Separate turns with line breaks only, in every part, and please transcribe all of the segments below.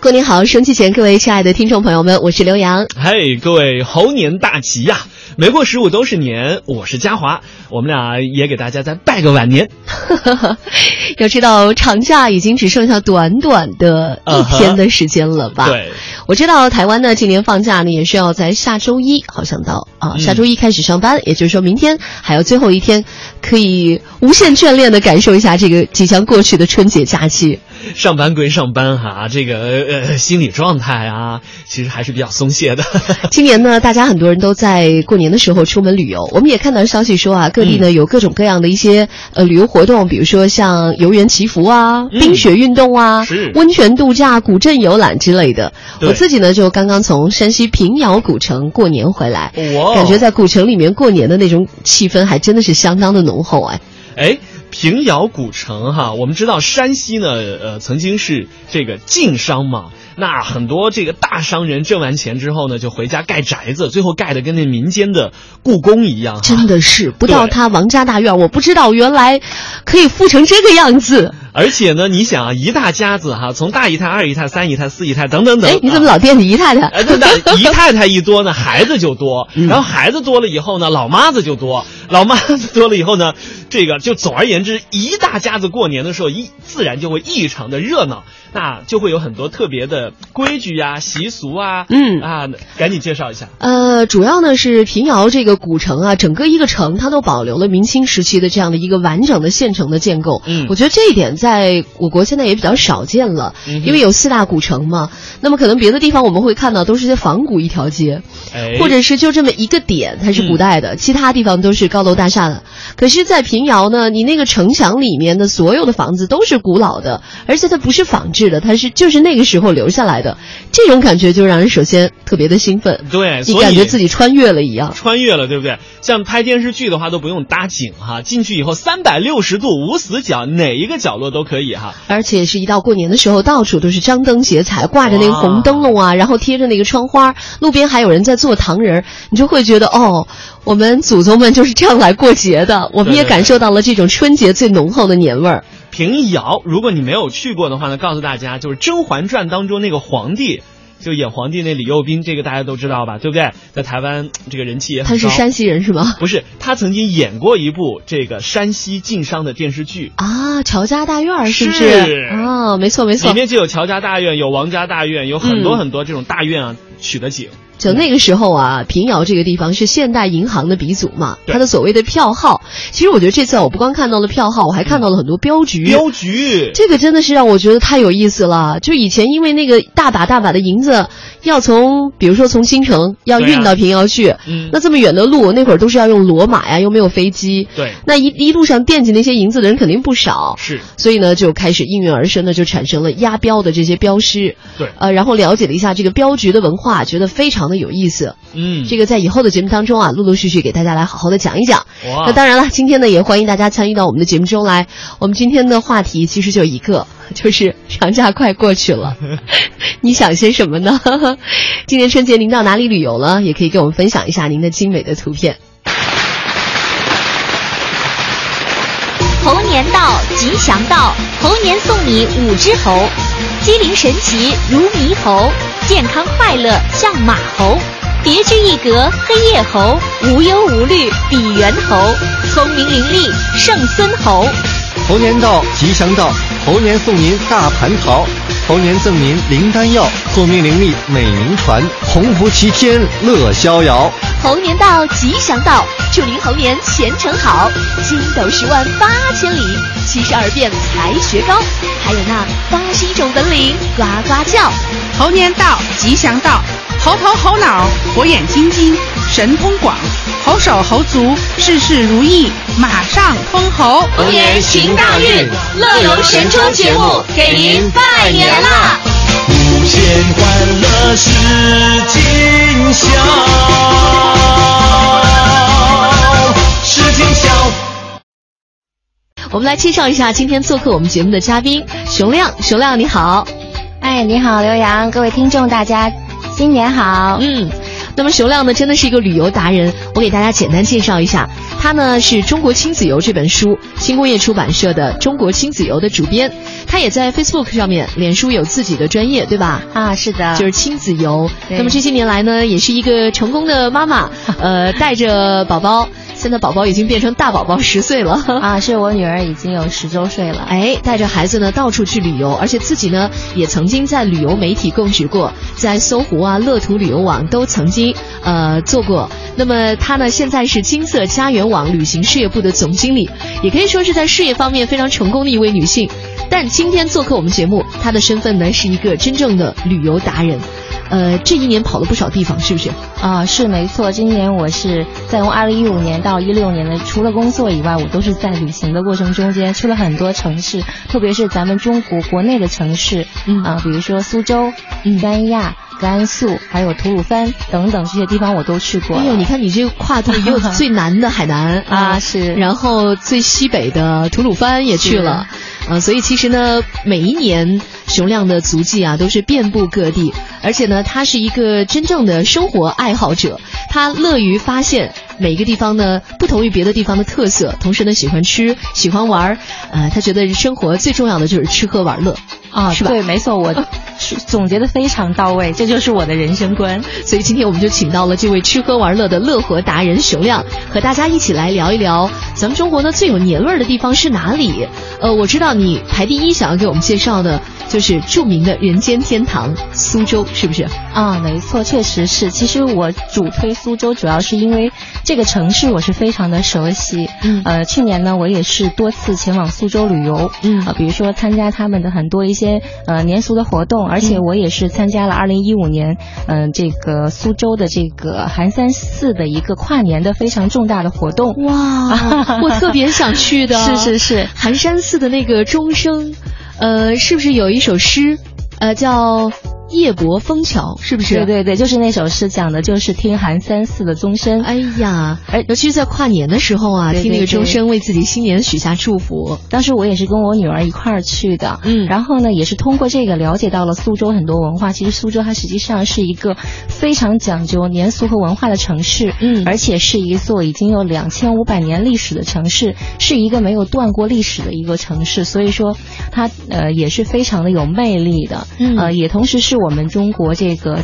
过年好，生气前，各位亲爱的听众朋友们，我是刘洋。
嘿，各位猴年大吉呀、没过十五都是年，我是嘉华，我们俩也给大家再拜个晚年。
要知道，长假已经只剩下短短的
嗯
一
哼
天的时间了吧？
对，
我知道台湾呢，今年放假呢也是要在下周一，好像到啊，
嗯
下周一开始上班，也就是说明天还有最后一天，可以无限眷恋的感受一下这个即将过去的春节假期。
上班归上班哈、这个呃心理状态啊，其实还是比较松 懈的。
今年呢，大家很多人都在过年的时候出门旅游。我们也看到消息说啊，
嗯
各地呢有各种各样的一些呃旅游活动，比如说像游园祈福啊、
嗯
冰雪运动啊、
是
温泉度假、古镇游览之类的。
对
我自己呢，就刚刚从山西平遥古城过年回来。
哇
感觉在古城里面过年的那种气氛，还真的是相当的浓厚哎。
哎，平遥古城哈，我们知道山西呢，呃，曾经是这个晋商嘛，那很多这个大商人挣完钱之后呢，就回家盖宅子，最后盖的跟那民间的故宫一样哈。
真的是不到
对
他王家大院，我不知道原来可以富成这个样子。
而且呢，你想啊，一大家子哈，从大姨太、二姨太、三姨太、四姨太等等等。
哎，你怎么
啊？
老惦记姨太太？
哎，对那姨太太一多呢， 孩子就多，
嗯
然后孩子多了以后呢，老妈子就多，老妈子多了以后呢，这个就总而言之，一大家子过年的时候，一自然就会异常的热闹，那就会有很多特别的规矩呀、习俗啊，
嗯
啊，赶紧介绍一下。
呃，主要呢是平遥这个古城啊，整个一个城它都保留了明清时期的这样的一个完整的县城的建构。
嗯
我觉得这一点在我国现在也比较少见了，
嗯哼
因为有四大古城嘛。那么可能别的地方我们会看到都是些仿古一条街，
哎，
或者是就这么一个点它是古代
嗯
的，其他地方都是高楼大厦的。可是，在平遥呢，你那个城墙里面的所有的房子都是古老的，而且它不是仿制的，它是就是那个时候留下来的。这种感觉就让人首先特别的兴奋。
对，
你
所以
感觉自己穿越了一样。
穿越了，对不对？像拍电视剧的话都不用搭景哈，进去以后三百六十度无死角，哪一个角落都可以哈。
而且是一到过年的时候，到处都是张灯结彩，挂着那个红灯笼啊，然后贴着那个窗花，路边还有人在做糖人儿，你就会觉得哦，我们祖宗们就是这样来过节的。我们也
对对
感受到了这种春节最浓厚的年味儿。
平遥，如果你没有去过的话呢，告诉大家，就是《甄嬛传》当中那个皇帝，就演皇帝那李幼斌，这个大家都知道吧，对不对？在台湾这个人气也很
他
高。
是山西人是吗？
不是，他曾经演过一部这个山西晋商的电视剧，
啊，乔家大院儿是不
是
啊，没错没嗯
里
错，
面就有乔家大院，有王家大院，有很多很多这种大院啊取的景。
就那个时候啊，平遥这个地方是现代银行的鼻祖嘛，
对
它的所谓的票号。其实我觉得这次啊我不光看到了票号，我还看到了很多镖局。
镖局，
这个真的是让我觉得太有意思了。就以前因为那个大把大把的银子，要从比如说从京城要
对啊
运到平遥去，
嗯
那这么远的路，那会儿都是要用骡马呀，又没有飞机，
对
那一一路上惦记那些银子的人肯定不少。
是
所以呢，就开始应运而生的，就产生了押镖的这些镖师，
对
呃，然后了解了一下这个镖局的文化，觉得非常的有意思。
嗯，
这个在以后的节目当中啊，陆陆续续给大家来好好的讲一讲。
哇
那当然了，今天呢也欢迎大家参与到我们的节目中来。我们今天的话题其实就一个， 就是长假快过去了， 你想些什么呢？ 今年春节您到哪里旅游了？也可以给我们分享一下您的精美的图片。
猴年到，吉祥到，猴年送你五只猴，机灵神奇如猕猴，健康快乐像马猴，别具一格黑夜猴，无忧无虑比猿猴，风铃伶俐胜孙猴。
猴年到，吉祥到，猴年送您大蟠桃，猴年赠您灵丹药，坐命伶俐美名传，鸿福齐天乐逍遥。
猴年到，吉祥到，祝您猴年前程好，筋斗十万八千里，七十二变才学高，还有那八十一种本领呱呱叫。
猴年到，吉祥到，猴头猴脑，火眼金睛，神通广，猴手猴足，事事如意，马上通猴。
猴年行大运乐游神州节目给您拜年啦！
无限欢乐是今宵，是今宵。
我们来介绍一下今天做客我们节目的嘉宾熊亮，熊亮你好，
哎，你好，刘洋，各位听众，大家新年好。
嗯。那么熊亮呢，真的是一个旅游达人，我给大家简单介绍一下，他呢是《中国亲子游》这本书新工业出版社的《中国亲子游》的主编，他也在 Facebook 上面、脸书有自己的专业，对吧？
啊，是的，
就是亲子游。
对
那么这些年来呢，也是一个成功的妈妈，呃，带着宝宝，现在宝宝已经变成大宝宝十岁了。
啊，是我女儿已经有十周岁了。
哎，带着孩子呢到处去旅游，而且自己呢也曾经在旅游媒体供职过，在搜狐啊、乐途旅游网都曾经呃做过。那么他呢现在是金色家园网旅行事业部的总经理，也可以说是在事业方面非常成功的一位女性。但今天做客我们节目，她的身份呢是一个真正的旅游达人。呃，这一年跑了不少地方，是不是？
啊，是没错。今年我是在从二零一五年到一六年的，除了工作以外，我都是在旅行的过程中间去了很多城市，特别是咱们中国国内的城市，
嗯
啊，比如说苏州、
嗯
三亚、甘肃，还有吐鲁番等等这些地方我都去过了。
哎呦，你看你这个跨度 也有最南的海南
啊是
然后最西北的吐鲁番也去了，呃，所以其实呢，每一年熊亮的足迹啊都是遍布各地，而且呢，他是一个真正的生活爱好者，他乐于发现每个地方呢不同于别的地方的特色，同时呢喜欢吃，喜欢玩儿，呃，他觉得生活最重要的就是吃喝玩乐。
啊，
是吧
对，没错，我是总结的非常到位，这就是我的人生观。
所以今天我们就请到了这位吃喝玩乐的乐活达人熊亮，和大家一起来聊一聊咱们中国呢最有年味儿的地方是哪里？呃，我知道你排第一，想要给我们介绍的就是著名的人间天堂苏州，是不是？
啊，没错，确实是。其实我主推苏州，主要是因为这个城市我是非常的熟悉。
嗯
呃，去年呢，我也是多次前往苏州旅游。
嗯
呃，比如说参加他们的很多一些呃年俗的活动，而
嗯
且我也是参加了2015年，嗯、这个苏州的这个寒山寺的一个跨年的非常重大的活动。
哇，哦我特别想去的。
是是是，
寒山寺的那个钟声，呃，是不是有一首诗，呃，叫《夜泊枫桥》，是不是？
对对对，就是那首诗讲的就是听寒山寺的钟声。
哎呀，尤其是在跨年的时候啊，
对对
听那个
对
钟声为自己新年许下祝福。
当时我也是跟我女儿一块儿去的，
嗯
然后呢，也是通过这个了解到了苏州很多文化。其实苏州它实际上是一个非常讲究年俗和文化的城市，
嗯
而且是一座已经有两千五百年历史的城市，是一个没有断过历史的一个城市。所以说它，呃也是非常的有魅力的，
嗯
呃，也同时是我们中国这个。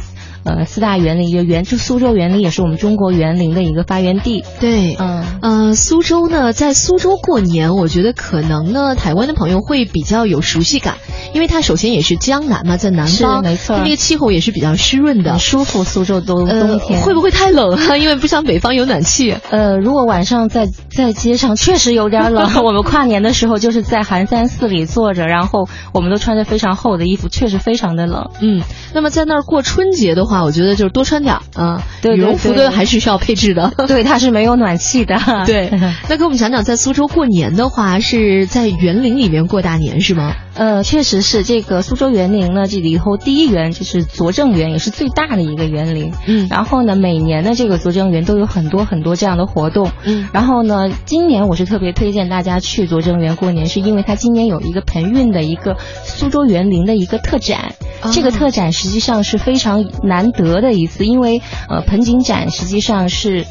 呃，四大园林，一个园，就苏州园林也是我们中国园林的一个发源地。
对，
嗯，
呃，苏州呢，在苏州过年，我觉得可能呢，台湾的朋友会比较有熟悉感，因为它首先也是江南嘛，在南
是
方，
没错
它那个气候也是比较湿润的
很。呃舒服。苏州冬
呃
冬天、，
会不会太冷啊？因为不像北方有暖气。
呃，如果晚上在在街上确实有点冷， 我们跨年的时候就是在寒山寺里坐着，然后我们都穿着非常厚的衣服，确实非常 的冷。
嗯，那么在那儿过春节的话，我觉得就是多穿点儿啊，
对
羽
对
绒服
对
的还是需要配置 的。
对，它是没有暖气的。
对，那给我们讲讲，在苏州过年的话，是在园林里面过大年是吗？
呃，确实是这个苏州园林呢，这里头第一园就是拙政园，也是最大的一个园林。
嗯
然后呢，每年的这个拙政园都有很多很多这样的活动。
嗯
然后呢，今年我是特别推荐大家去拙政园过年，是因为它今年有一个盆韵的一个苏州园林的一个特展。
哦
这个特展实际上是非常难得的一次，因为呃盆景展实际上是。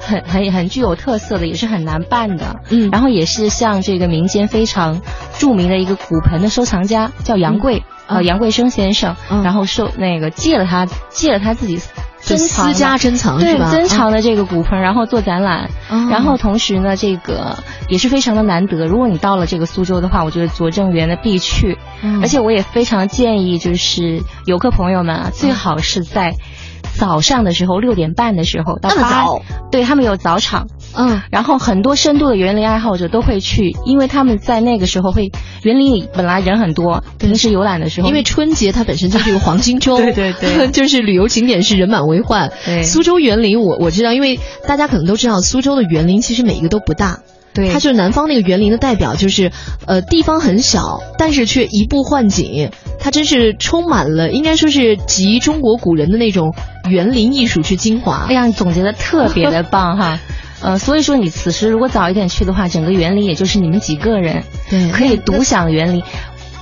很很很具有特色的，也是很难办的。
嗯
然后也是像这个民间非常著名的一个古盆的收藏家，叫杨贵，
嗯
呃，杨贵生先生，
嗯
然后收那个借了他借了他自己
就
珍藏
私
的
家珍藏是
对
吧？嗯
珍藏的这个古盆，然后做展览，
哦
然后同时呢，这个也是非常的难得。如果你到了这个苏州的话，我觉得拙政园的必去，
嗯
而且我也非常建议就是游客朋友们啊，最好是在早上的时候六点半的时候到
那么
八
早，
对他们有早场，
嗯
然后很多深度的园林爱好者都会去，因为他们在那个时候会园林里本来人很多，平时游览的时候，
因为春节它本身就是一个黄金周，
对对对
就是旅游景点是人满为患。
对
苏州园林我我知道，因为大家可能都知道，苏州的园林其实每一个都不大，
对
它就是南方那个园林的代表，就是呃地方很小，但是却移步换景，它真是充满了应该说是集中国古人的那种园林艺术之精华。
哎呀，你总结的特别的棒 哈。呃，所以说你此时如果早一点去的话，整个园林也就是你们几个人，
对
可以独享园林。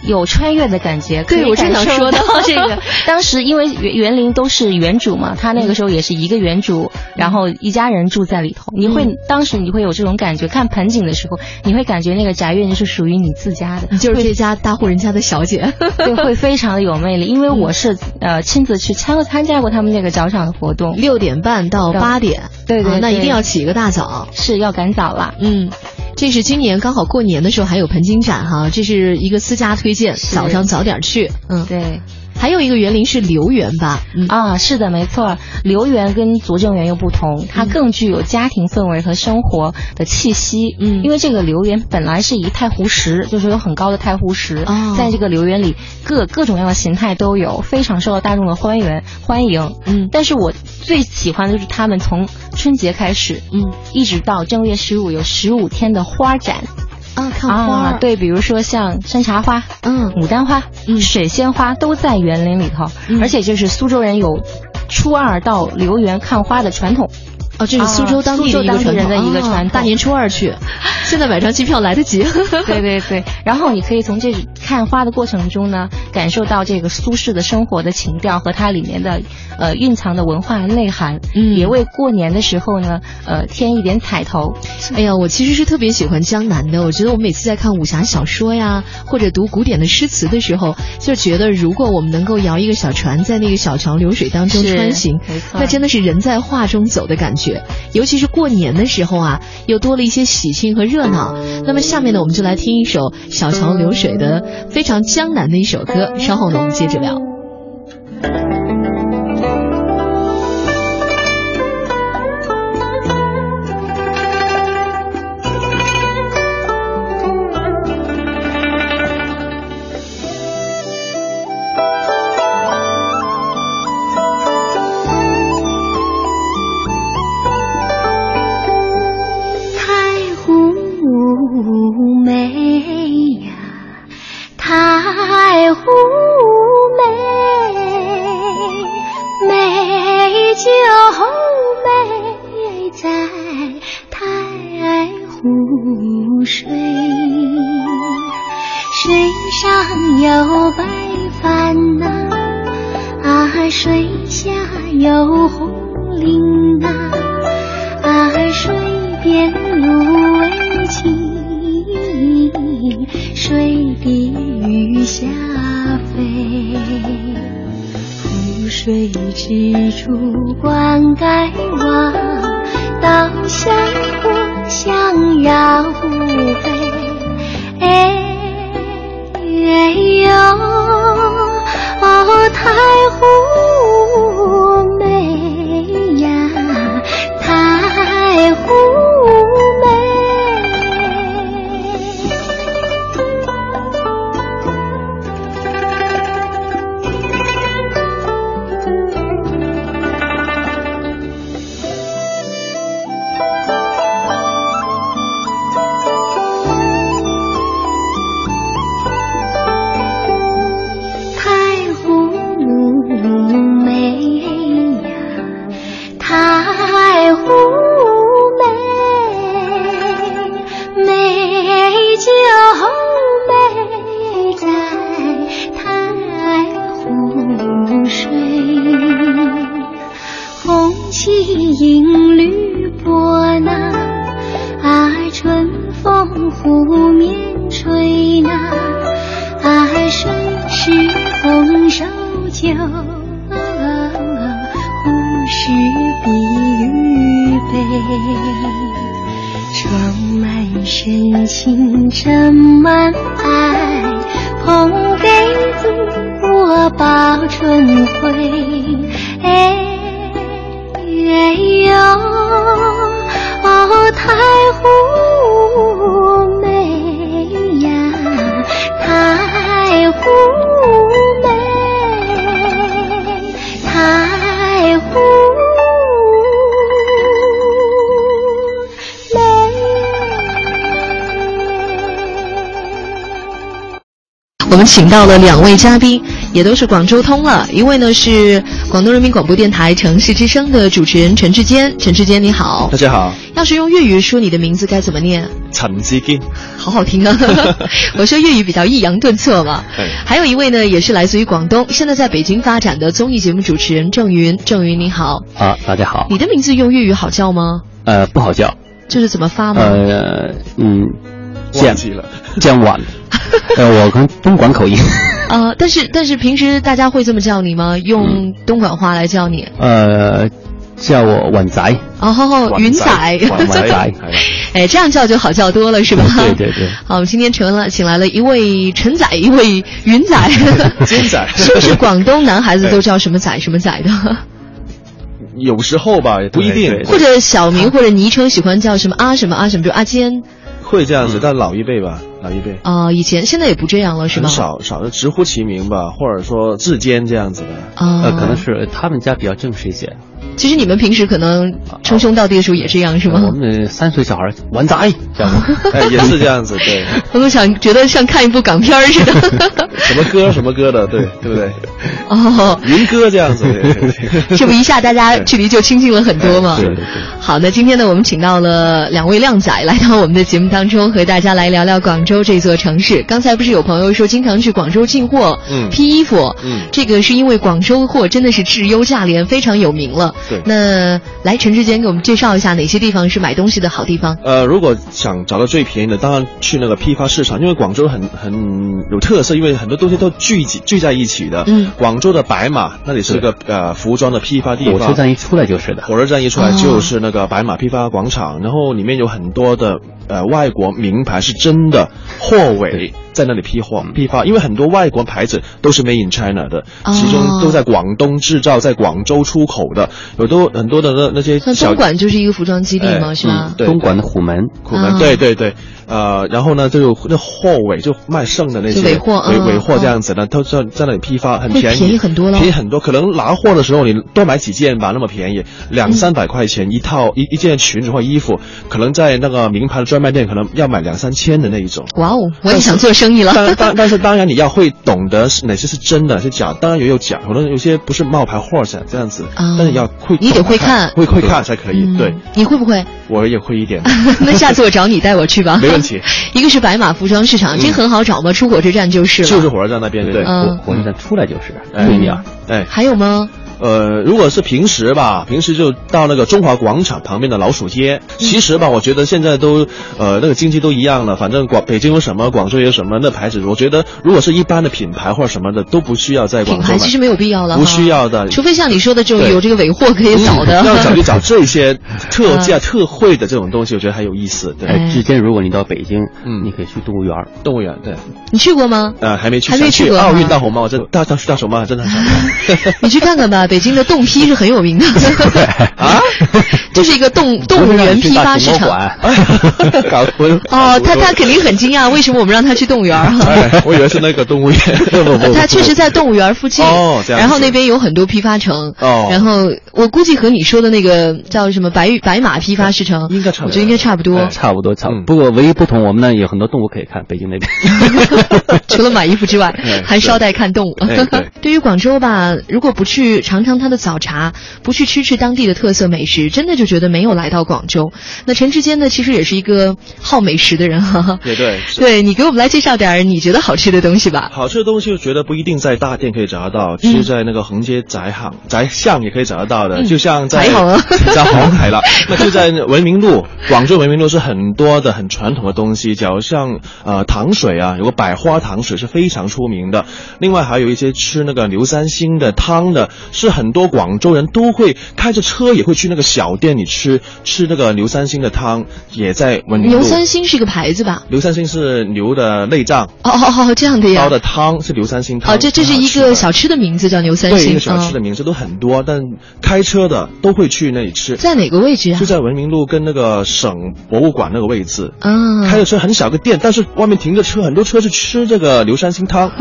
有穿越的感觉。
嗯对
可以
我正
感
想
受
说的
到这 个，当时因为园园林都是园主嘛，
嗯
他那个时候也是一个园主，然后一家人住在里头，你会、
嗯
当时你会有这种感觉，看盆景的时候，你会感觉那个宅院是属于你自家 的，
你就是这家大户人家的小姐。
对，会非常的有魅力。因为我是呃亲自去参参加过他们那个早场的活动，
六点半到八点，
对对
啊那
对
一定要起一个大早。
是要赶早了。
嗯，这是今年刚好过年的时候还有盆景展哈，这是一个私家推荐，
是
早上早点去。嗯，
对
还有一个园林是留园吧？嗯，
啊，是的，没错儿。留园跟拙政园又不同，
嗯
它更具有家庭氛围和生活的气息。
嗯
因为这个留园本来是以太湖石，就是有很高的太湖石，
哦
在这个留园里各各种样的形态都有，非常受到大众的欢迎欢迎。
嗯
但是我最喜欢的就是他们从春节开始，
嗯，
一直到正月十五有十五天的花展
啊，看花儿，
啊，，对，比如说像山茶花，
嗯
牡丹花、
嗯
水仙花都在园林里头，
嗯
而且就是苏州人有初二到留园看花的传 统。
哦，这是苏州当地的一个
啊苏州
传统
当地人的一个传
啊
统
大年初二去，现在买张机票来得及。
对对对，然后你可以从这看花的过程中呢，感受到这个苏轼的生活的情调和它里面的呃蕴藏的文化内涵，
嗯
也为过年的时候呢，呃添一点彩头。
哎呀，我其实是特别喜欢江南的。我觉得我每次在看武侠小说呀，或者读古典的诗词的时候，就觉得如果我们能够摇一个小船，在那个小桥流水当中
是
穿行
没，错
那真的是人在画中走的感觉。尤其是过年的时候啊，又多了一些喜庆和热闹。
嗯
那么下面呢，我们就来听一首《小桥流水》的非常江南的一首歌。稍后呢，我们接着聊。
太湖美呀，太湖美，美就美在太湖水。水上有白帆呐、啊，水下有红绫呐、啊，水边无问情，水底鱼虾飞。湖水之处灌溉我，稻香互相绕互背。哎呦，哦，太湖美呀，太湖美。太湖美呀，太湖美，美就美在太湖水。红旗迎绿波呐，啊，春风湖面吹呐，啊，谁是红烧酒？胡是比玉杯。装满深情，斟满爱，捧给祖国报春晖。哎哎呦，哦，太湖美呀，太湖美，太湖。
我们请到了两位嘉宾，也都是广州通了。一位呢是广东人民广播电台城市之声的主持人陈志坚，陈志坚你好。
大家好，
要是用粤语说你的名字该怎么念？
陈志坚，
好好听 啊！我说粤语比较抑扬顿挫嘛
对。
还有一位呢，也是来自于广东，现在在北京发展的综艺节目主持人郑云。郑云你好，
啊，大家好
你，的名字用粤语好叫吗？
呃，不好叫，
就是怎么发吗？
呃，嗯，
忘记了，
建 晚，呃，我跟东莞口音，
呃，但是但是平时大家会这么叫你吗？用
嗯
东莞话来叫你？
呃，叫我晚仔，
哦，云仔，
晚仔， 晚仔，
哎，这样叫就好叫多了是吧？
对嗯对对
好，我们今天请了请来了一位陈仔，一位云仔，
金仔
是不是广东男孩子
哎
都叫什么仔什么仔的？
有时候吧，不一定
或者小名或者昵称喜欢叫什么啊什么啊什么，比如阿坚
会这
嗯
样子，但老一辈吧，老一辈
啊、以前现在也不这样了是
很
吧？
少少的直呼其名吧，或者说至坚这样子的。
啊、
呃，可能是他们家比较正式一些，
其实你们平时可能称兄道弟的时候也这样是吗？
呃我们三岁小孩晚仔，这样子，
哎，也是这样子，对，
我都想觉得像看一部港片儿似的。
什么歌什么歌的，对对 不对？
哦，
云歌这样子，对对对。
是不是一下大家距离就亲近了很多嘛？
对对对
好，那今天呢，我们请到了两位靓仔来到我们的节目当中，和大家来聊聊广州这座城市。刚才不是有朋友说经常去广州进货，
嗯
批衣服，
嗯
这个是因为广州货真的是质优价廉，非常有名了。
对
那来陈志坚给我们介绍一下哪些地方是买东西的好地方？
呃，如果想找到最便宜的，当然去那个批发市场，因为广州很很有特色，因为很多东西都聚集聚在一起的。
嗯
广州的白马那里是个呃服装的批发地方。
火车站一出来就是的，
火车站一出来
哦
就是那个白马批发广场，然后里面有很多的呃外国名牌是真的货尾在那里批货
嗯
批发，因为很多外国牌子都是 made in China 的，
哦
其中都在广东制造，在广州出口的，有都很多的那那些
那
小
东莞就是一个服装基地嘛，
哎
是吧
嗯？对
东莞的虎门，
苦门，
啊
对对对，呃，然后呢就有那货尾就卖剩的那些
就尾货
尾
嗯
尾货这样子呢，都在在那里批发，很
会
便宜，
便宜很多咯
便宜很多。可能拿货的时候你多买几件吧，那么便宜，两三百块钱一套一一件裙子或衣服，可能在那个名牌的专卖店可能要买两三千的那一种。
哇哦，我也想做生意 了。
当当但是当然你要会懂得是哪些是真的，哪些假，当然也有假，可能有些不是冒牌货这样这样子，
啊
但是要会
你得
懂
会
看，
看
会会看才可以。
嗯
对，
你会不会？
我也会一点，
那下次我找你带我去吧，
没问题。
一 个是白马服装市场，这很好找吗？出火车站就是了。
嗯就是火车站那边对。
嗯
火火车站出来就是
哎
对
啊
面，
哎，
还有吗？
呃，如果是平时吧，平时就到那个中华广场旁边的老鼠街。
嗯
其实吧，我觉得现在都，呃，那个经济都一样了。反正广北京有什么，广州有什么，那牌子，我觉得如果是一般的品牌或者什么的，都不需要在
品
广州
牌
买。
其实没有必要了哈，
不需要的
除非像你说的这种
啊对嗯
有这个尾货可以找的。
要找就找这些 特价、
啊
特惠的这种东西，我觉得还有意思。对，
哎
哎，之间如果你到北京，
嗯
你可以去动物园儿，
动物园对，
你去过吗？
呃，还没去，
还没
想
去
去
过
奥运
啊
大红帽，真大大大熊猫真的很 想看。
你去看看 吧，北京的冻批是很有名的。 啊，这是一个动动物园批发市场。
搞混
哦，他他肯定很惊讶，为什么我们让他去动物园儿哈？
哎，我以为是那个动物园，不不 不
他确实在动物园附近，
哦这样子
然后那边有很多批发城，
哦
然后我估计和你说的那个叫什么白白马批发市场，
应该差不多
我觉得应该差不多
哎，
差不多差不多。
嗯
不过唯一不同，我们呢有很多动物可以看，北京那边。
除了买衣服之外
哎，
还捎带看动物
哎对。
对于广州吧，如果不去尝尝它的早茶，不去吃吃当地的特色美食，真的就觉得没有来到广州。那陈志坚呢，其实也是一个好美食的人哈哈。
也对，是
对你给我们来介绍点儿你觉得好吃的东西吧。
好吃的东西，我觉得不一定在大店可以找得
嗯
到，其实在那个横街窄巷、窄巷也可以找得到的。就像
嗯
在
窄巷啊
窄巷 来了，那就在文明路，广州文明路是很多的很传统的东西，假如像呃糖水啊，有个百花糖水是非常出名的。另外还有一些吃那个牛三星的汤的，是很多广州人都会开着车也会去那个小店里吃吃那个牛三星的汤，也在文明路。
牛三星是个牌子吧？
牛三星是牛的内脏。
哦哦哦，这样的呀
煲。的汤是牛三星汤。
哦，这这是一个小
吃
吃的名字，叫牛三
对一
星
个小吃的
嗯
名字都很多，但开车的都会去那里吃，
在哪个位置啊
就？在文明路跟那个省博物馆那个位置。
啊，
开着车很小个店，但是外面停着车，很多车是吃这个牛三星汤。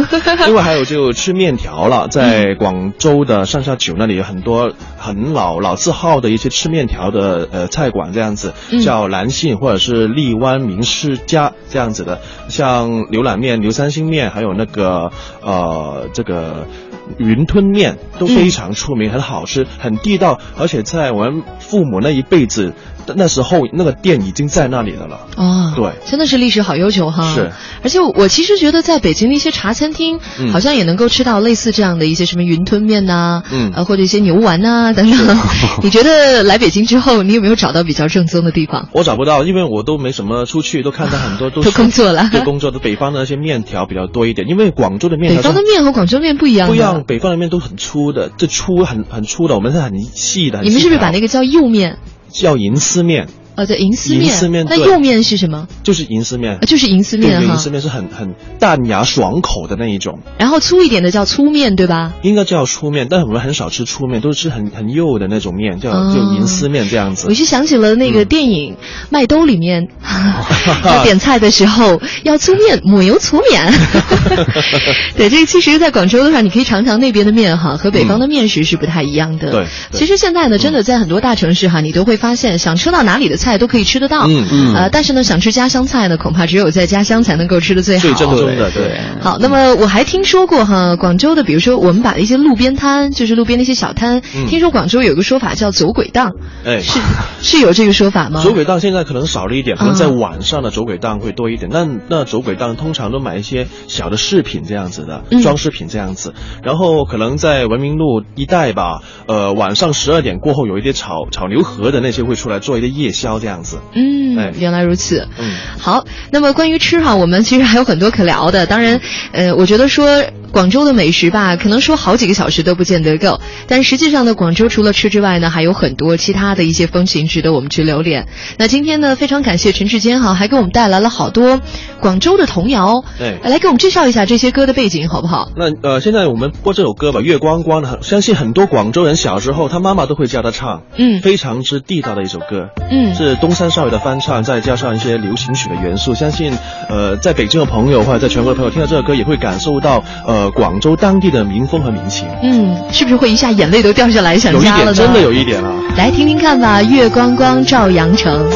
另外还有就吃面条了，在广州的上下九那里有很多很老老字号的一些吃面条的呃菜馆这样子
嗯，
叫兰信或者是荔湾名师家这样子的，像牛腩面、牛三星面，还有那个呃这个云吞面都非常出名，很好吃，很地道，而且在我们父母那一辈子，那时候那个店已经在那里的了。
哦，
对
真的是历史好悠久哈。
是，
而且我其实觉得在北京的一些茶餐厅，
嗯
好像也能够吃到类似这样的一些什么云吞面呐、
嗯
呃或者一些牛丸呐、 等等。 你觉得来北京之后，你有没有找到比较正宗的地方？
我找不到，因为我都没什么出去，都看到很多 都
都工作了
对工作的北方的那些面条比较多一点，因为广州的面
北
条
方的
是
面和广州面不一样啊
不
的
一样，北方的面都很粗的，这粗很很粗的，我们是很细的。
你们是不是把那
个
个叫釉面？
叫银丝面？
呃，对，银丝
银
面。
丝面
那
对
釉面是什么？
就是银丝面
啊，，就是银丝
对
面
对
哈。
银丝面是很很淡雅爽口的那一种，
然后粗一点的叫粗面，对吧？
应该叫粗面，但是我们很少吃粗面，都是吃很很幼的那种面，叫
哦
就银丝面这样子
我。是想起了那
嗯
个电影《麦兜》里 面，要点菜的时候要粗面，抹油粗面。 对，这个其实，在广州的话，你可以尝尝那边的面哈，和北方的面食是不太一样的。
嗯对对
其实现在呢，真的在很多大城市哈，你都会发现，想吃到哪里的菜都可以吃得到。
嗯嗯
呃，但是呢，想吃家乡菜呢，恐怕只有在家乡才能够吃得最好。
最正宗的，对，
好，那么我还听说过哈，广州的，比如说我们把一些路边摊，就是路边的一些小摊，
嗯
听说广州有一个说法叫走鬼档，
哎
是是有这个说法吗？
走鬼档现在可能少了一点，可能
啊
在晚上的走鬼档会多一点。那那走鬼档通常都买一些小的饰品这样子的
嗯，
装饰品这样子。然后可能在文明路一带吧，呃，晚上十二点过后有一些炒炒牛河的那些会出来做一些夜宵这样子。哎
嗯，原来如此。
嗯
好，那么关于吃哈，我们其实还有很多可聊的。当然，呃，我觉得说广州的美食吧，可能说好几个小时都不见得够。但实际上呢，广州除了吃之外呢，还有很多其他的一些风情值得我们去留恋。那今天呢，非常感谢陈志坚哈，还给我们带来了好多广州的童谣。
对
来给我们介绍一下这些歌的背景好不好？
那呃，现在我们播这首歌吧，《月光光》的，相信很多广州人小时候他妈妈都会教他唱，
嗯
非常之地道的一首歌。
嗯
是东山少爷的翻唱，再加上一些流行曲的元素，相信呃，在北京的朋友或者在全国的朋友听到这首歌，也会感受到呃广州当地的民风和民情，
嗯，是不是会一下眼泪都掉下来，想
有一
家了
点
呢？
真的有一点啊。
来听听看吧，《月光光照阳城》。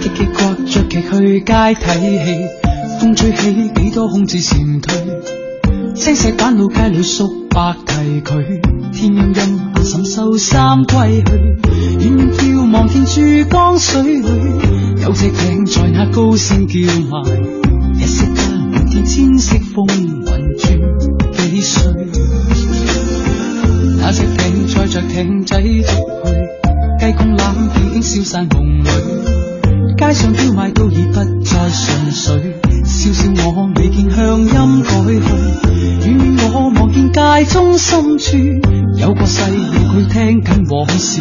极极各着旗去街睇戲，風吹起幾多空置蟬退。青石板老街裏叔伯提佢，天陰陰阿嬸收衫歸去。遠遠眺望見珠江水裏，有隻艇在那高聲叫賣。一色間滿天千色風雲轉幾歲？那隻艇載着艇仔逐去，雞公欖已經消散夢裏。街上叫賣都已不再純粹，笑笑我未見鄉音改去，遠遠我望見街中深處有個細路佢聽緊往事，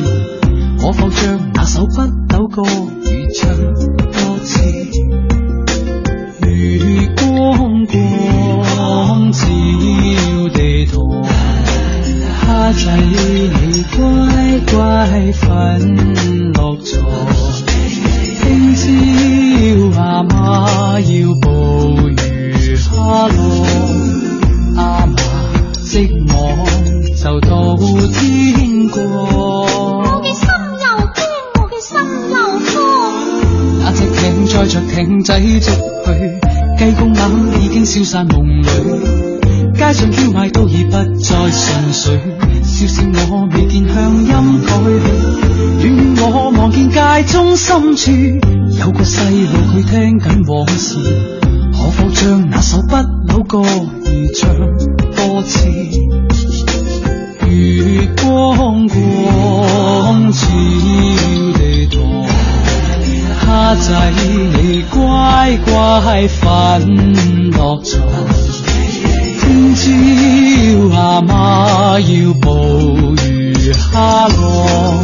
可否將那首北斗歌語唱多次？月光光照地堂，蝦仔你乖乖瞓落床。聽朝阿媽要捕魚蝦浪，阿嫲織網就到天光。那隻艇載着艇仔逐去，雞公欖已經消散夢裏，街上叫賣都已不再純粹，笑笑我未見鄉音改去，遠遠我望見街中深處有個細路佢聽緊往事，可否將那首不朽歌兒唱多次？月光光照地堂，蝦仔你乖乖瞓落床。聽朝阿媽要捕魚蝦浪，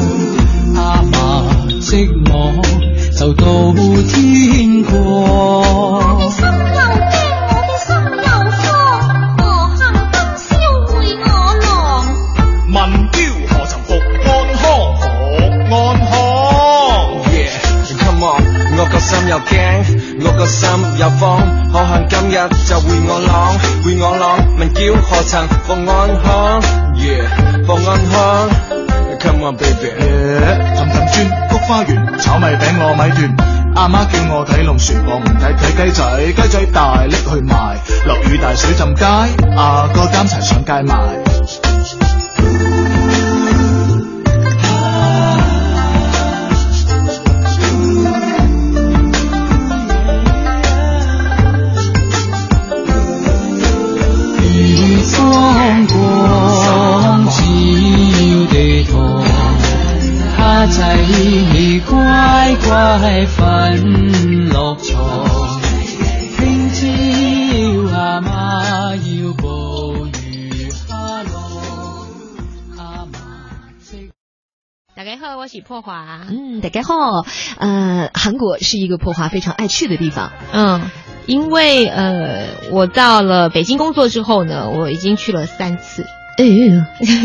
阿嫲織網就到天光。
民雕何曾復安康？復安康。
Yeah, come on，我個心又驚，我個心又慌，可幸今日就會我朗，會我朗，民叫何曾放安康？Yeah，放安康。Come on baby。
氹氹轉，谷
花園，炒米餅我米段。阿媽叫我睇龍船，我唔睇睇雞仔，雞仔大拎去賣。落雨大水浸街，
à,
阿哥擔柴上街賣。
如风光照地堂，蝦仔兒乖乖瞓落床。聽朝阿媽要捕魚蝦浪，阿媽即。
大家好，我是破华。
嗯，大家好，呃，韩国是一个破华非常爱去的地方。
嗯，因为呃，我到了北京工作之后呢，我已经去了三次。
哎，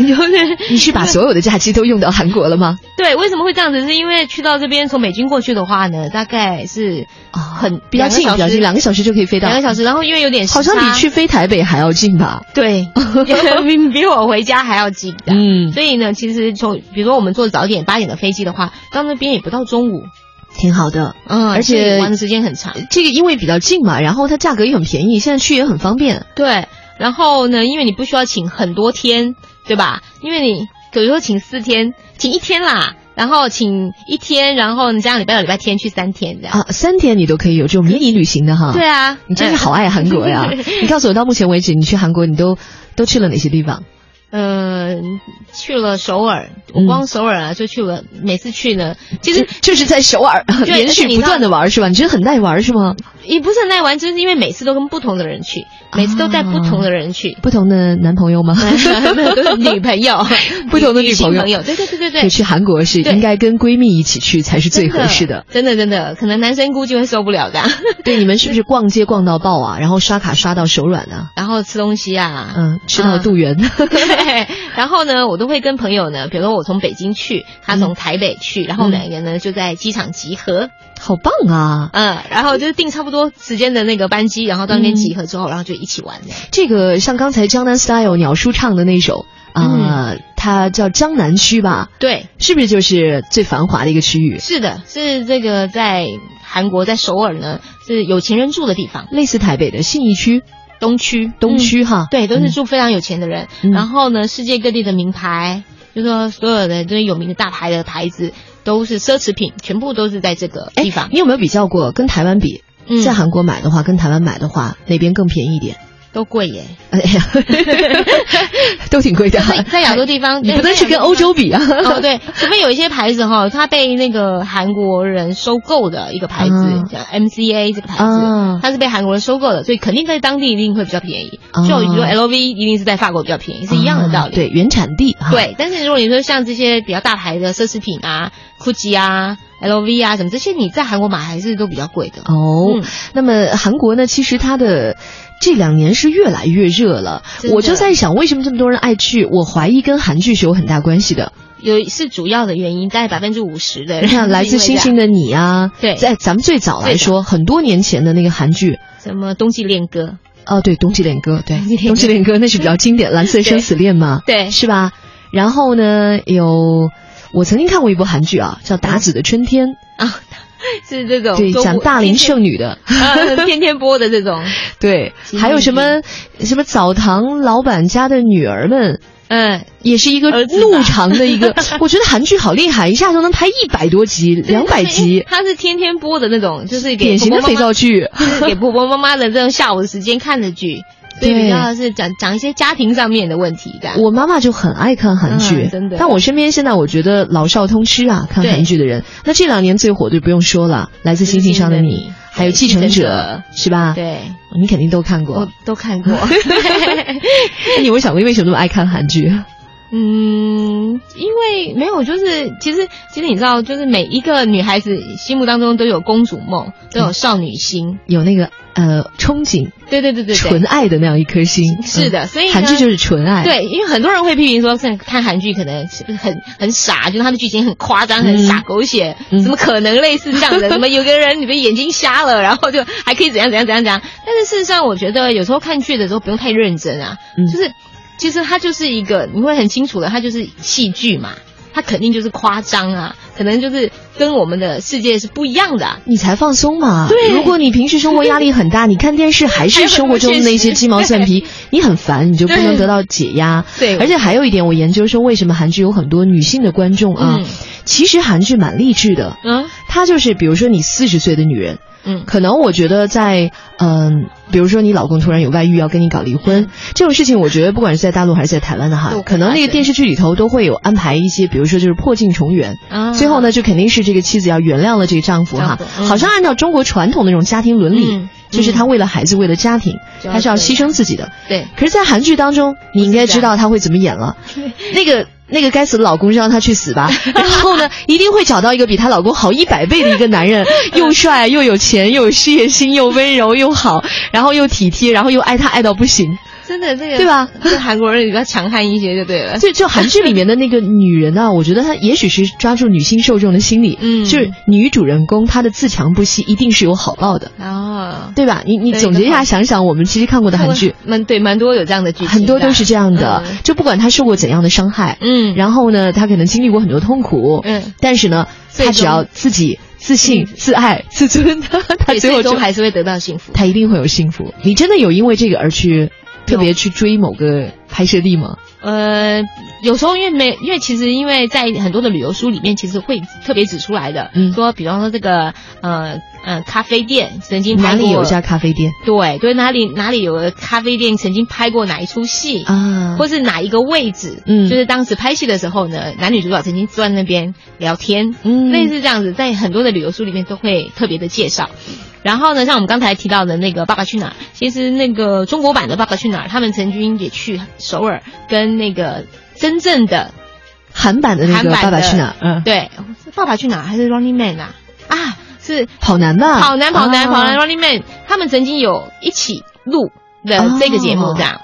就是你是把所有的假期都用到韩国了吗？
对，为什么会这样子？是因为去到这边，从北京过去的话呢，大概是很、
比较近，比
两个小
较哦
时
近，两个小时就可以飞到。
两个小时然后因为有点时
好像比
差
去飞台北还要近吧？
对，比比我回家还要近的。
嗯，
所以呢，其实从比如说我们坐早点八点的飞机的话，到那边也不到中午。
挺好的，
嗯，
而且
所以玩的时间很长。
这个因为比较近嘛，然后它价格也很便宜，现在去也很方便。
对，然后呢，因为你不需要请很多天，对吧？因为你比如说请四天，请一天啦，然后请一天，然后你加上礼拜六、礼拜天去三天这样。
啊，三天你都可以有这种迷你旅行的哈。
对啊
你真是好爱韩国 呀！你告诉我，到目前为止你去韩国，你都都去了哪些地方？
嗯、去了首尔，我
嗯
光首尔啊就去了，每次去呢，其实
就是在首尔
嗯 对
连续不断的玩是吧？你觉得很耐玩是吗？
也不是很耐玩，就是因为每次都跟不同的人去，
啊
每次都带不同的人去。？
不同的男朋友吗
没有都是女朋友
不同的女
女性
友。
朋友对对对对对
就去韩国是
对
应该跟闺蜜一起去才是最合适的。
真的真的，可能男生估计会受不 了的。
对，你们是不是逛街逛到爆啊？然后刷卡刷到手软啊？
然后吃东西啊，
嗯，吃到肚圆。
对， 然后呢，我都会跟朋友呢，比如说我从北京去，他
嗯
从台北去，然后我们两个人呢就在机场集合，
好棒啊！
嗯，然后就是订差不多时间的那个班机，然后到那边集合之后，然后就一起玩。
这个像刚才江南 Style 鸟叔唱的那首啊，它叫江南区吧？
嗯对，
是不是就是最繁华的一个区域？
是的，是这个在韩国在首尔呢是有钱人住的地方，
类似台北的信义区、
东区、
东区哈，
对，都是
嗯
住非常有钱的人。
嗯
然后呢，世界各地的名牌，就说所有的这些有名的大牌的牌子，都是奢侈品，全部都是在这个地方。
你有没有比较过跟台湾比？
嗯
在韩国买的话，跟台湾买的话，哪边更便宜一点？
都贵耶，
哎 呀，都挺贵的。
在亚洲地方，
你
对
不能
在
去跟
亚洲
欧洲比啊。
地 方哦，对，除非有一些牌子哈，它被那个韩国人收购的一个牌子
嗯，
叫 MCA 这个牌子
嗯，
它是被韩国人收购的，所以肯定在当地一定会比较便宜。
哦
就你说 LV 一定是在法国比较便宜，是一样的道理。
啊嗯对，原产地哈。
对，但是如果你说像这些比较大牌的奢侈品啊，GUCCI 啊、LV 啊什么这些，你在韩国买还是都比较贵的。
哦，
嗯
那么韩国呢？其实它的这两年是越来越热了
真。的
我就在想，为什么这么多人爱去？我怀疑跟韩剧是有很大关系的。
有是主要的原因，大概百分之五十
你
的人是因为这样。
看，来自星星的你啊，
对
在咱们最早来说，很多年前的那个韩剧，
什么冬季恋歌，
哦，对，《冬季恋歌》， 对，《冬季恋歌》那是比较经典，《蓝色生死恋》嘛，
对
是吧？然后呢，有我曾经看过一部韩剧啊，叫《达子的春天》，
是这种
对，
中
讲
国
大龄剩女的，
啊，天天播的这种，
对，还有什么什么澡堂老板家的女儿们。
嗯，
也是一个怒长的一 个，我觉得韩剧好厉害，一下就能拍一百多集、两百集，
它是天天播的那种，就是给
典型的
婆婆
肥
妈妈
皂，剧。
就是给婆婆妈妈的这种下午时间看 的剧，所以
对
比较是讲讲一些家庭上面的问题的。
我妈妈就很爱看韩剧，
嗯真的
但我身边现在我觉得老少通吃啊，看
对
韩剧的人。那这两年最火的就不用说了，《来自星星上的你》，还有《继承者》，是吧？
对，
你肯定 都看
我
过。
都看过，
那你有没有想过为什么那么爱看韩剧？
嗯，因为没有，就是其实其实你知道，就是每一个女孩子心目当中都有公主梦，都有少女心，
有那个呃憧憬，
对对对对对
纯爱的那样一颗心。
是的
嗯
所以呢
韩剧就是纯爱。
对，因为很多人会批评说，看看韩剧可能是很很傻，就是他的剧情很夸张、很傻、
嗯
狗血，
嗯
怎么可能类似这样的？什么有个人你的眼睛瞎了，然后就还可以怎样怎样怎样怎样？但是事实上，我觉得有时候看剧的时候不用太认真啊，
嗯
就是其实它就是一个你会很清楚的，它就是戏剧嘛。
他肯定就是夸张啊，可能就是跟我们的世界是不一样的啊、
你才放松嘛。
对
如果你平时生活压力很大，你看电视还是生活中的那些鸡毛蒜 皮，你很烦，你就不能得到解压。
对
而且还有一点，我研究说为什么韩剧有很多女性的观众啊，
嗯
其实韩剧蛮励志的。
嗯，
它就是比如说你四十岁的女人。
嗯
可能我觉得在嗯、比如说你老公突然有外遇要跟你搞离婚、这种事情，我觉得不管是在大陆还是在台湾的哈
都，
可
会
能
发
那个
生
电视剧里头都会有安排一些，比如说就是破镜重圆，
啊
最后呢就肯定是这个妻子要原谅了这个丈夫哈
丈夫，嗯
好像按照中国传统的那种家庭伦理，
嗯
就是他为了孩子为了家庭，
就要
他是要牺牲自己的。
对，
可是，在韩剧当中，你应该知道他会怎么演了。那个那个该死的老公，让他去死吧。 然后呢，一定会找到一个比她老公好一百倍的一个男人，又帅又有钱，又有事业心，又温柔又好，然后又体贴，然后又爱她爱到不行。
真的这个
对吧？
这韩国人比较强悍一些就对了。
就就韩剧里面的那个女人啊，我觉得她也许是抓住女性受众的心理，
嗯
就是女主人公她的自强不息一定是有好报的，
哦，
对吧？你你
对
总结一
很
下，
好
想想我们其实看过的韩剧，
蛮对蛮多有这样的剧情的，
很多都是这样的，
嗯
就不管她受过怎样的伤害，
嗯，
然后呢，她可能经历过很多痛苦，
嗯，
但是呢，
最
她
终
只要自己自信、自爱、自 尊，她
对
最后就
最终还是会得到幸福。
她一定会有幸福。你真的有因为这个而去特别去追某个拍摄地吗？
呃，有时候因为没，因为其实因为在很多的旅游书里面，其实会特别指出来的，
嗯
说比方说这个呃呃咖啡店曾
嗯
经
哪
拍过
里有一家咖啡店
对对，哪里哪里有个咖啡店曾经拍过哪一出戏，
啊？
或是哪一个位置，
嗯
就是当时拍戏的时候呢，男女主角曾经坐在那边聊天，
嗯
类似这样子，在很多的旅游书里面都会特别的介绍。然后呢，像我们刚才提到的那个《爸爸去哪儿》，其实那个中国版的《爸爸去哪儿》，他们曾经也去首尔跟那个真正的
韩版的那
韩
个《
版的
爸爸去哪儿》嗯，
对，是《爸爸去哪儿》还是《Running Man》啊？啊，是
跑男吧？
跑男跑男
啊
跑男 Running Man，他们曾经有一起录的这个节目，这样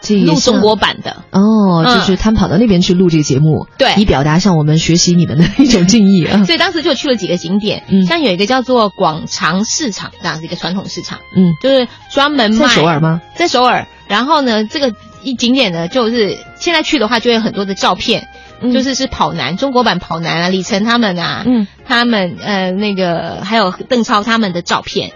这哦也
录
像
中国版的。
哦，
嗯
就是他们跑到那边去录这个节目，
对
以表达向我们学习你们的一种敬意啊。
所以当时就去了几个景点，
嗯
像有一个叫做广长市场这样子一个传统市场，
嗯，
就是专门卖
在首尔吗？
在首尔。然后呢，这个一景点呢，就是现在去的话，就会有很多的照片，
嗯
就是是跑男中国版跑男啊，李晨他们啊，
嗯，
他们呃那个还有邓超他们的照片。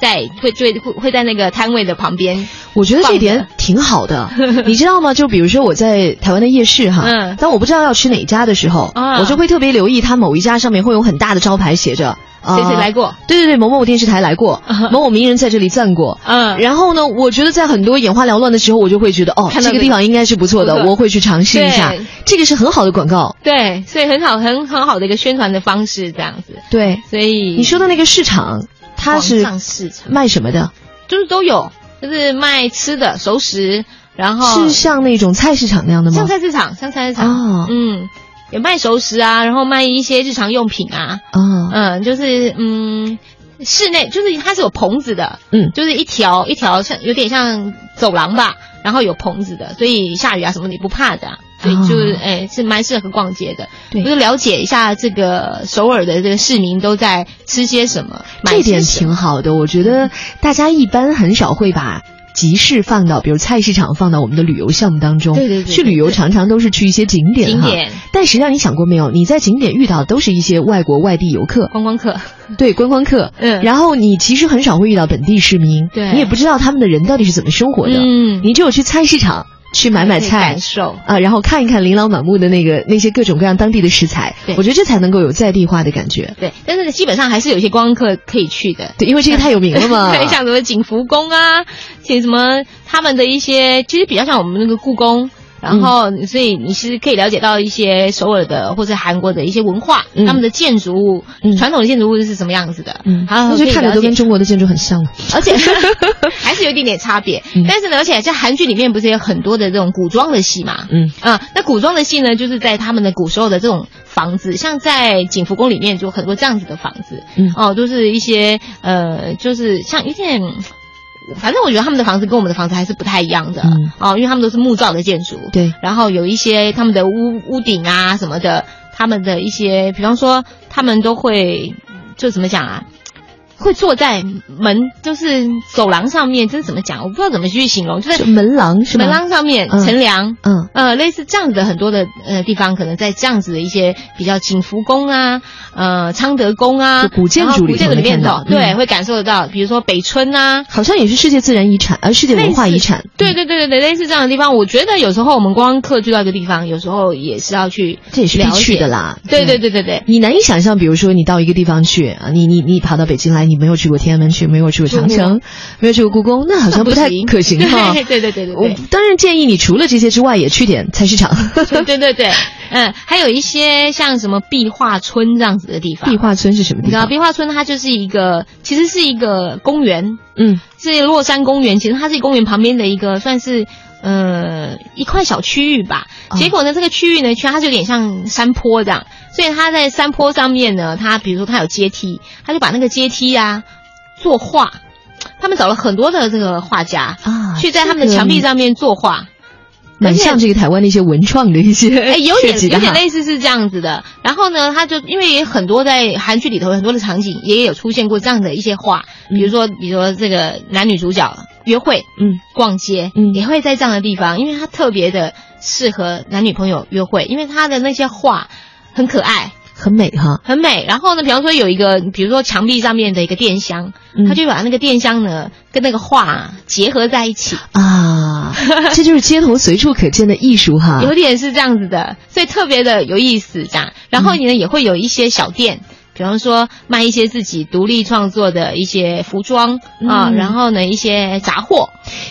在会就会会在那个摊位的旁边，
我觉得
放
这
着
点挺好 的，你知道吗？就比如说我在台湾的夜市哈，
嗯
当我不知道要吃哪家的时候，
啊
我就会特别留意它某一家上面会有很大的招牌写着。啊
谁谁来啊过？
对对对，某某电视台来过，某某名人在这里站过。
嗯
然后呢，我觉得在很多眼花缭乱的时候，我就会觉得哦，
看到
这个
这个
地方应该是不错
不
的，
错
我会去尝试一下
对。
这个是很好的广告。
对，所以很好很很好的一个宣传的方式，这样子。
对，
所以
你说的那个市场，它是
广场嗯市场
卖什么的？
就是都有，就是卖吃的、熟食，然后
是像那种菜市场那样的吗？
哦像菜市场，像菜市场，
哦
嗯，有卖熟食啊，然后卖一些日常用品啊，
啊，
嗯，就是嗯，室内就是它是有棚子的，
嗯
就是一条一条像有点像走廊吧，然后有棚子的，所以下雨啊什么的也不怕的啊、所以
哦
就是哎、是蛮适合逛街的。
对
就是了解一下这个首尔的这个市民都在吃些什么，买
这
些
点
什么
挺好的。我觉得大家一般很少会把。集市放到，比如菜市场放到我们的旅游项目当中，
对对对对
去旅游常常都是去一些景点
景
哈
点
但实际上你想过没有，你在景点遇到的都是一些外国外地游客，
观光客。
对观光客，
哦嗯
然后你其实很少会遇到本地市民，
对
你也不知道他们的人到底是怎么生活的，
嗯
你只有去菜市场去买买
可以
菜，
感受
啊，然后看一看琳琅满目的那个那些各种各样当地的食材，
对
我觉得这才能够有在地化的感觉。
对，但是基本上还是有一些观光客可以去的。
对，因为这个太 有名了 嘛。
对，像什么景福宫啊，像什么他们的一些，其实比较像我们那个故宫。然后，所以你是可以了解到一些首尔的或者韩国的一些文化，
嗯
他们的建筑物，
嗯
传统的建筑物是什么样子的，
嗯，
然后
那就看着都跟中国的建筑很像了。
而 且还是有一点点差别。
嗯
但是呢，而且在韩剧里面不是有很多的这种古装的戏嘛？
嗯
啊，那古装的戏呢，就是在他们的古时候的这种房子，像在景福宫里面就有很多这样子的房子。
嗯
哦，都是一些呃，就是像有点。反正我觉得他们的房子跟我们的房子还是不太一样的、
嗯
哦，因为他们都是木造的建筑，
对
然后有一些他们的屋屋顶啊什么的，他们的一些，比方说他们都会就怎么讲啊，
会坐在门，就是走廊上面，这是怎么讲？我不知道怎么去形容，就是
门廊是吧
门廊上面
嗯
乘凉，
嗯，
呃，类似这样子的很多的呃地方，可能在这样子的一些比较景福宫啊，呃昌德宫啊，
就古建
然后
筑里
古建
头
筑里
会
面
看到
走，对，
嗯
会感受得到，比如说北村啊，
好像也是世界自然遗产，呃，世界文化遗产。
对对对对对，类似这样的地方，我觉得有时候我们观光客去到一个地方，有时候也是要去
这也是必
了
去
解
的啦。嗯
对对对对对，
你难以想象，比如说你到一个地方去啊，你你你跑到北京来，你没有去过天安门去，没有去过长城，没有去过故宫，那好像不太可行哈。
对对对对对
我
对。
当然建议你除了这些之外，也去点菜市 场。
对对对对，嗯，还有一些像什么壁画村这样子的地 方。
壁画村是什么
你
地
知道
方？
壁画村它就是一个，其实是一个公园，
嗯，
是洛山公园，其实它是公园旁边的一个算是。呃，一块小区域吧。结果呢，这个区域呢，圈它就有点像山坡这样，所以它在山坡上面呢，它比如说它有阶梯，它就把那个阶梯啊作画。他们找了很多的这个画家
啊
去在他们的
这个
墙壁上面作画。
蛮像这个台湾的一些文创的一 些，
哎，有点有点类
似。
似是这样子的。然后呢，他就因为很多在韩剧里头有很多的场景也有出现过这样的一些话，比如说比如说这个男女主角约会，
嗯，
逛街，嗯，也会在这样的地方，因为它特别的适合男女朋友约会，因为他的那些话很可爱。
很美哈，
很美。然后呢，比方说有一个，比如说墙壁上面的一个电箱，
嗯
他就把那个电箱呢跟那个画啊结合在一起，
啊，这就是街头随处可见的艺术哈。
有点是这样子的，所以特别的有意思这样。然后你呢、也会有一些小店。嗯比方说卖一些自己独立创作的一些服装、啊，
嗯
然后呢一些杂 货，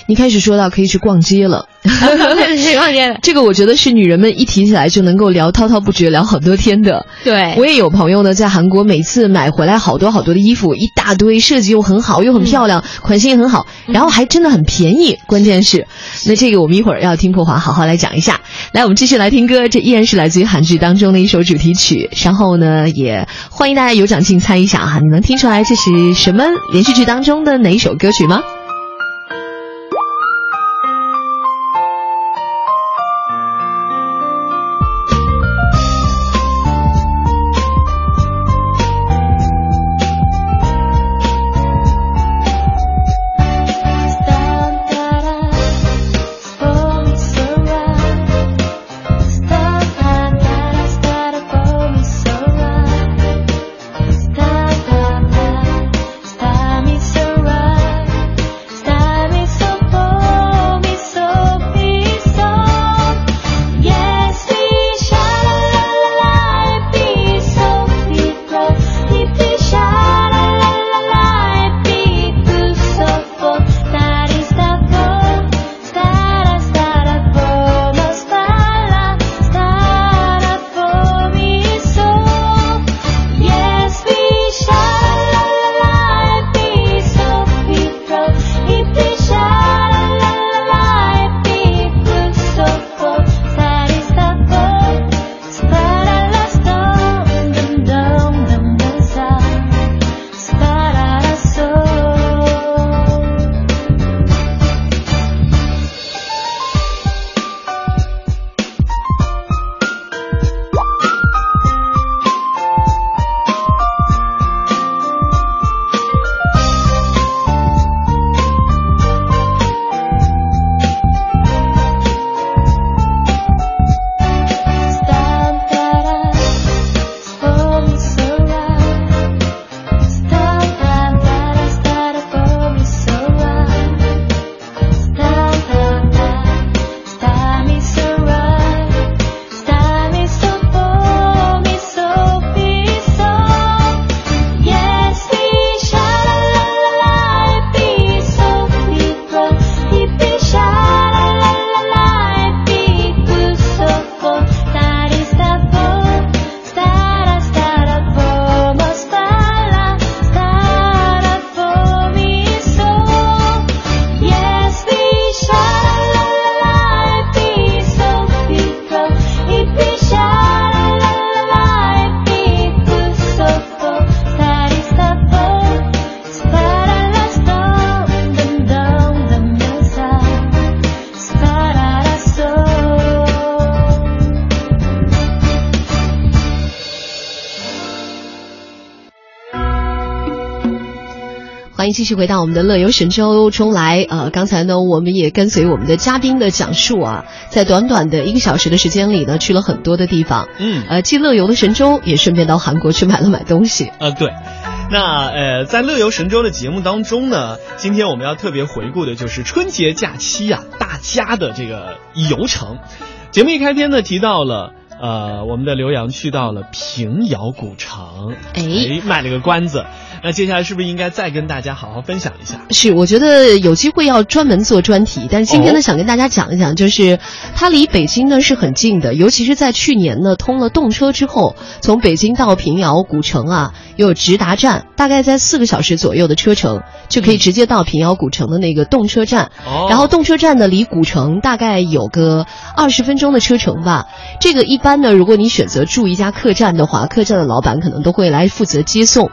你开始说到可以去逛街了，
去逛街了。
这个我觉得是女人们一提起来就能够聊滔滔不绝，聊好多天的。
对
我也有朋友呢，在韩国每次买回来好多好多的衣服，一大堆，设计又很好，又很漂亮，款型也很好，然后还真的很便宜。关键是，那这个我们一会儿要听破华好好来讲一下。来，我们继续来听歌，这依然是来自于韩剧当中的一首主题曲。稍后呢，也欢迎大家有奖竞猜一下哈，你能听出来这是什么连续剧当中的哪一首歌曲吗？
Stop,
欢迎继续回到我们的乐游神州中来。呃，刚才呢，我们也跟随我们的嘉宾的讲述啊，在短短的一个小时的时间里呢，去了很多的地方。
嗯
呃，既乐游了神州，也顺便到韩国去买了买东西。
呃，对。那呃，在乐游神州的节目当中呢，今天我们要特别回顾的就是春节假期呀、大家的这个游程。节目一开篇呢，提到了。呃，我们的刘洋去到了平遥古城，哎，卖了个关子。那接下来是不是应该再跟大家好好分享一下？
是，我觉得有机会要专门做专题，但是今天呢，
哦
想跟大家讲一讲，就是它离北京呢是很近的，尤其是在去年呢通了动车之后，从北京到平遥古城啊，又有直达站，大概在四个小时左右的车程，就可以直接到平遥古城的那个动车站。
哦
然后动车站呢离古城大概有个二十分钟的车程吧。这个一般呢，如果你选择住一家客栈的话，客栈的老板可能都会来负责接送，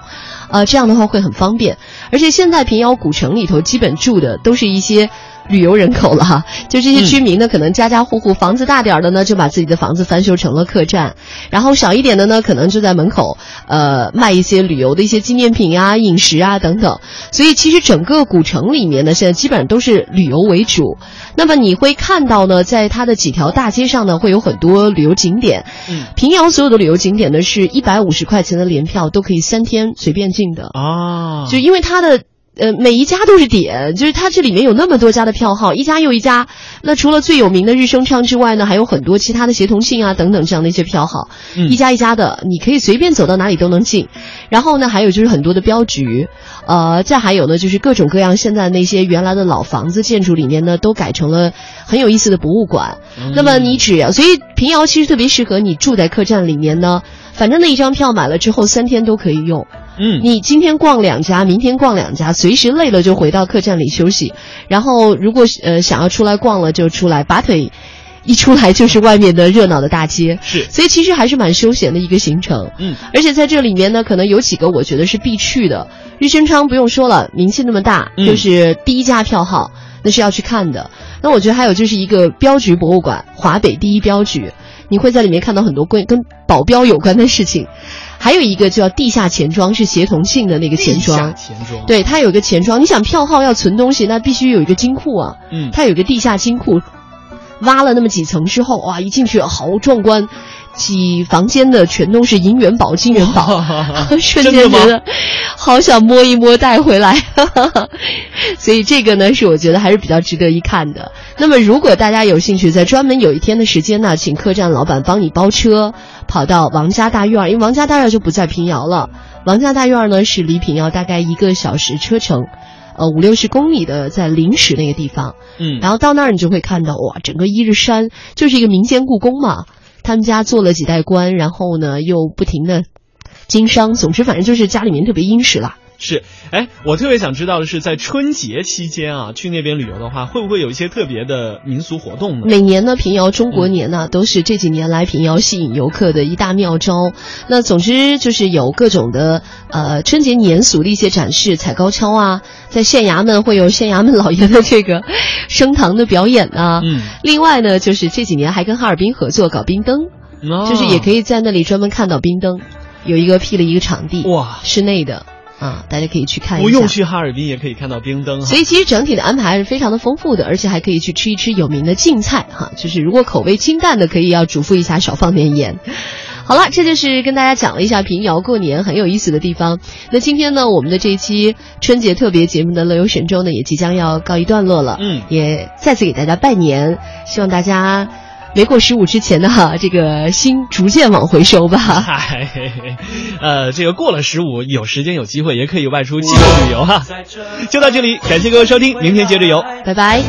呃，这样的话会很方便。而且现在平遥古城里头基本住的都是一些。旅游人口了哈，就这些居民呢，可能家家户户房子大点儿的呢，就把自己的房子翻修成了客栈，然后少一点的呢，可能就在门口呃卖一些旅游的一些纪念品啊、饮食啊等等。所以其实整个古城里面呢，现在基本上都是旅游为主。那么你会看到呢，在它的几条大街上呢，会有很多旅游景点。
嗯，
平遥所有的旅游景点呢，是一百五十块钱的联票，都可以三天随便进的
啊
就因为它的。呃，每一家都是点，就是它这里面有那么多家的票号，一家又一家。那除了最有名的日升昌之外呢，还有很多其他的协同性啊等等这样的一些票号，
嗯
一家一家的，你可以随便走到哪里都能进。然后呢，还有就是很多的镖局，呃，再还有呢就是各种各样现在那些原来的老房子建筑里面呢，都改成了很有意思的博物馆。那么你只要，所以平遥其实特别适合你住在客栈里面呢，反正那一张票买了之后三天都可以用。
嗯
你今天逛两家，明天逛两家，随时累了就回到客栈里休息。然后如果呃想要出来逛了就出来，拔腿一出来就是外面的热闹的大街。
嗯是
所以其实还是蛮休闲的一个行程。
嗯，
而且在这里面呢，可能有几个我觉得是必去的。日升昌不用说了，名气那么大，
嗯
就是第一家票号，那是要去看的。那我觉得还有就是一个镖局博物馆，华北第一镖局，你会在里面看到很多关跟保镖有关的事情。还有一个叫地下钱庄，是协同性的那个钱庄。
钱庄，
对，它有一个钱庄。你想票号要存东西，那必须有一个金库啊。
嗯
它有一个地下金库，挖了那么几层之后，哇，一进去好壮观，几房间的全都是银元宝、金元宝， 瞬
真的
间
吗
觉得好想摸一摸带回来。 所以这个呢，是我觉得还是比较值得一看的。那么，如果大家有兴趣，在专门有一天的时间呢，请客栈老板帮你包车，跑到王家大院儿，因为王家大院儿就不在平遥了。王家大院儿呢，是离平遥大概一个小时车程，呃，五六十公里的，在临时那个地方。
嗯
然后到那儿你就会看到，哇，整个一日山就是一个民间故宫嘛。他们家做了几代官，然后呢又不停的经商，总之反正就是家里面特别殷实啦。
是，哎，我特别想知道的是，在春节期间啊，去那边旅游的话，会不会有一些特别的民俗活动呢？
每年呢，平遥中国年呢、都是这几年来平遥吸引游客的一大妙招。那总之就是有各种的呃春节年俗的一些展示，踩高跷啊，在县衙门会有县衙门老爷的这个升堂的表演啊。
嗯。
另外呢，就是这几年还跟哈尔滨合作搞冰灯，
哦
就是也可以在那里专门看到冰灯，有一个辟了一个场地，
哇，
室内的啊，大家可以去看一下。
不用去哈尔滨也可以看到冰灯哈。
所以其实整体的安排还是非常的丰富的，而且还可以去吃一吃有名的晋菜哈。就是如果口味清淡的，可以要嘱咐一下少放点盐。 好了，这就是跟大家讲了一下平遥过年很有意思的地方。那今天呢，我们的这一期春节特别节目的乐游神州呢，也即将要告一段落了。
嗯，
也再次给大家拜年，希望大家没过十五之前呢，哈，这个心逐渐往回收 吧。
嗨，呃，这个过了十五，有时间有机会也可以外出记录旅游哈。就到这里，感谢各位收听，明天接着游。
拜拜。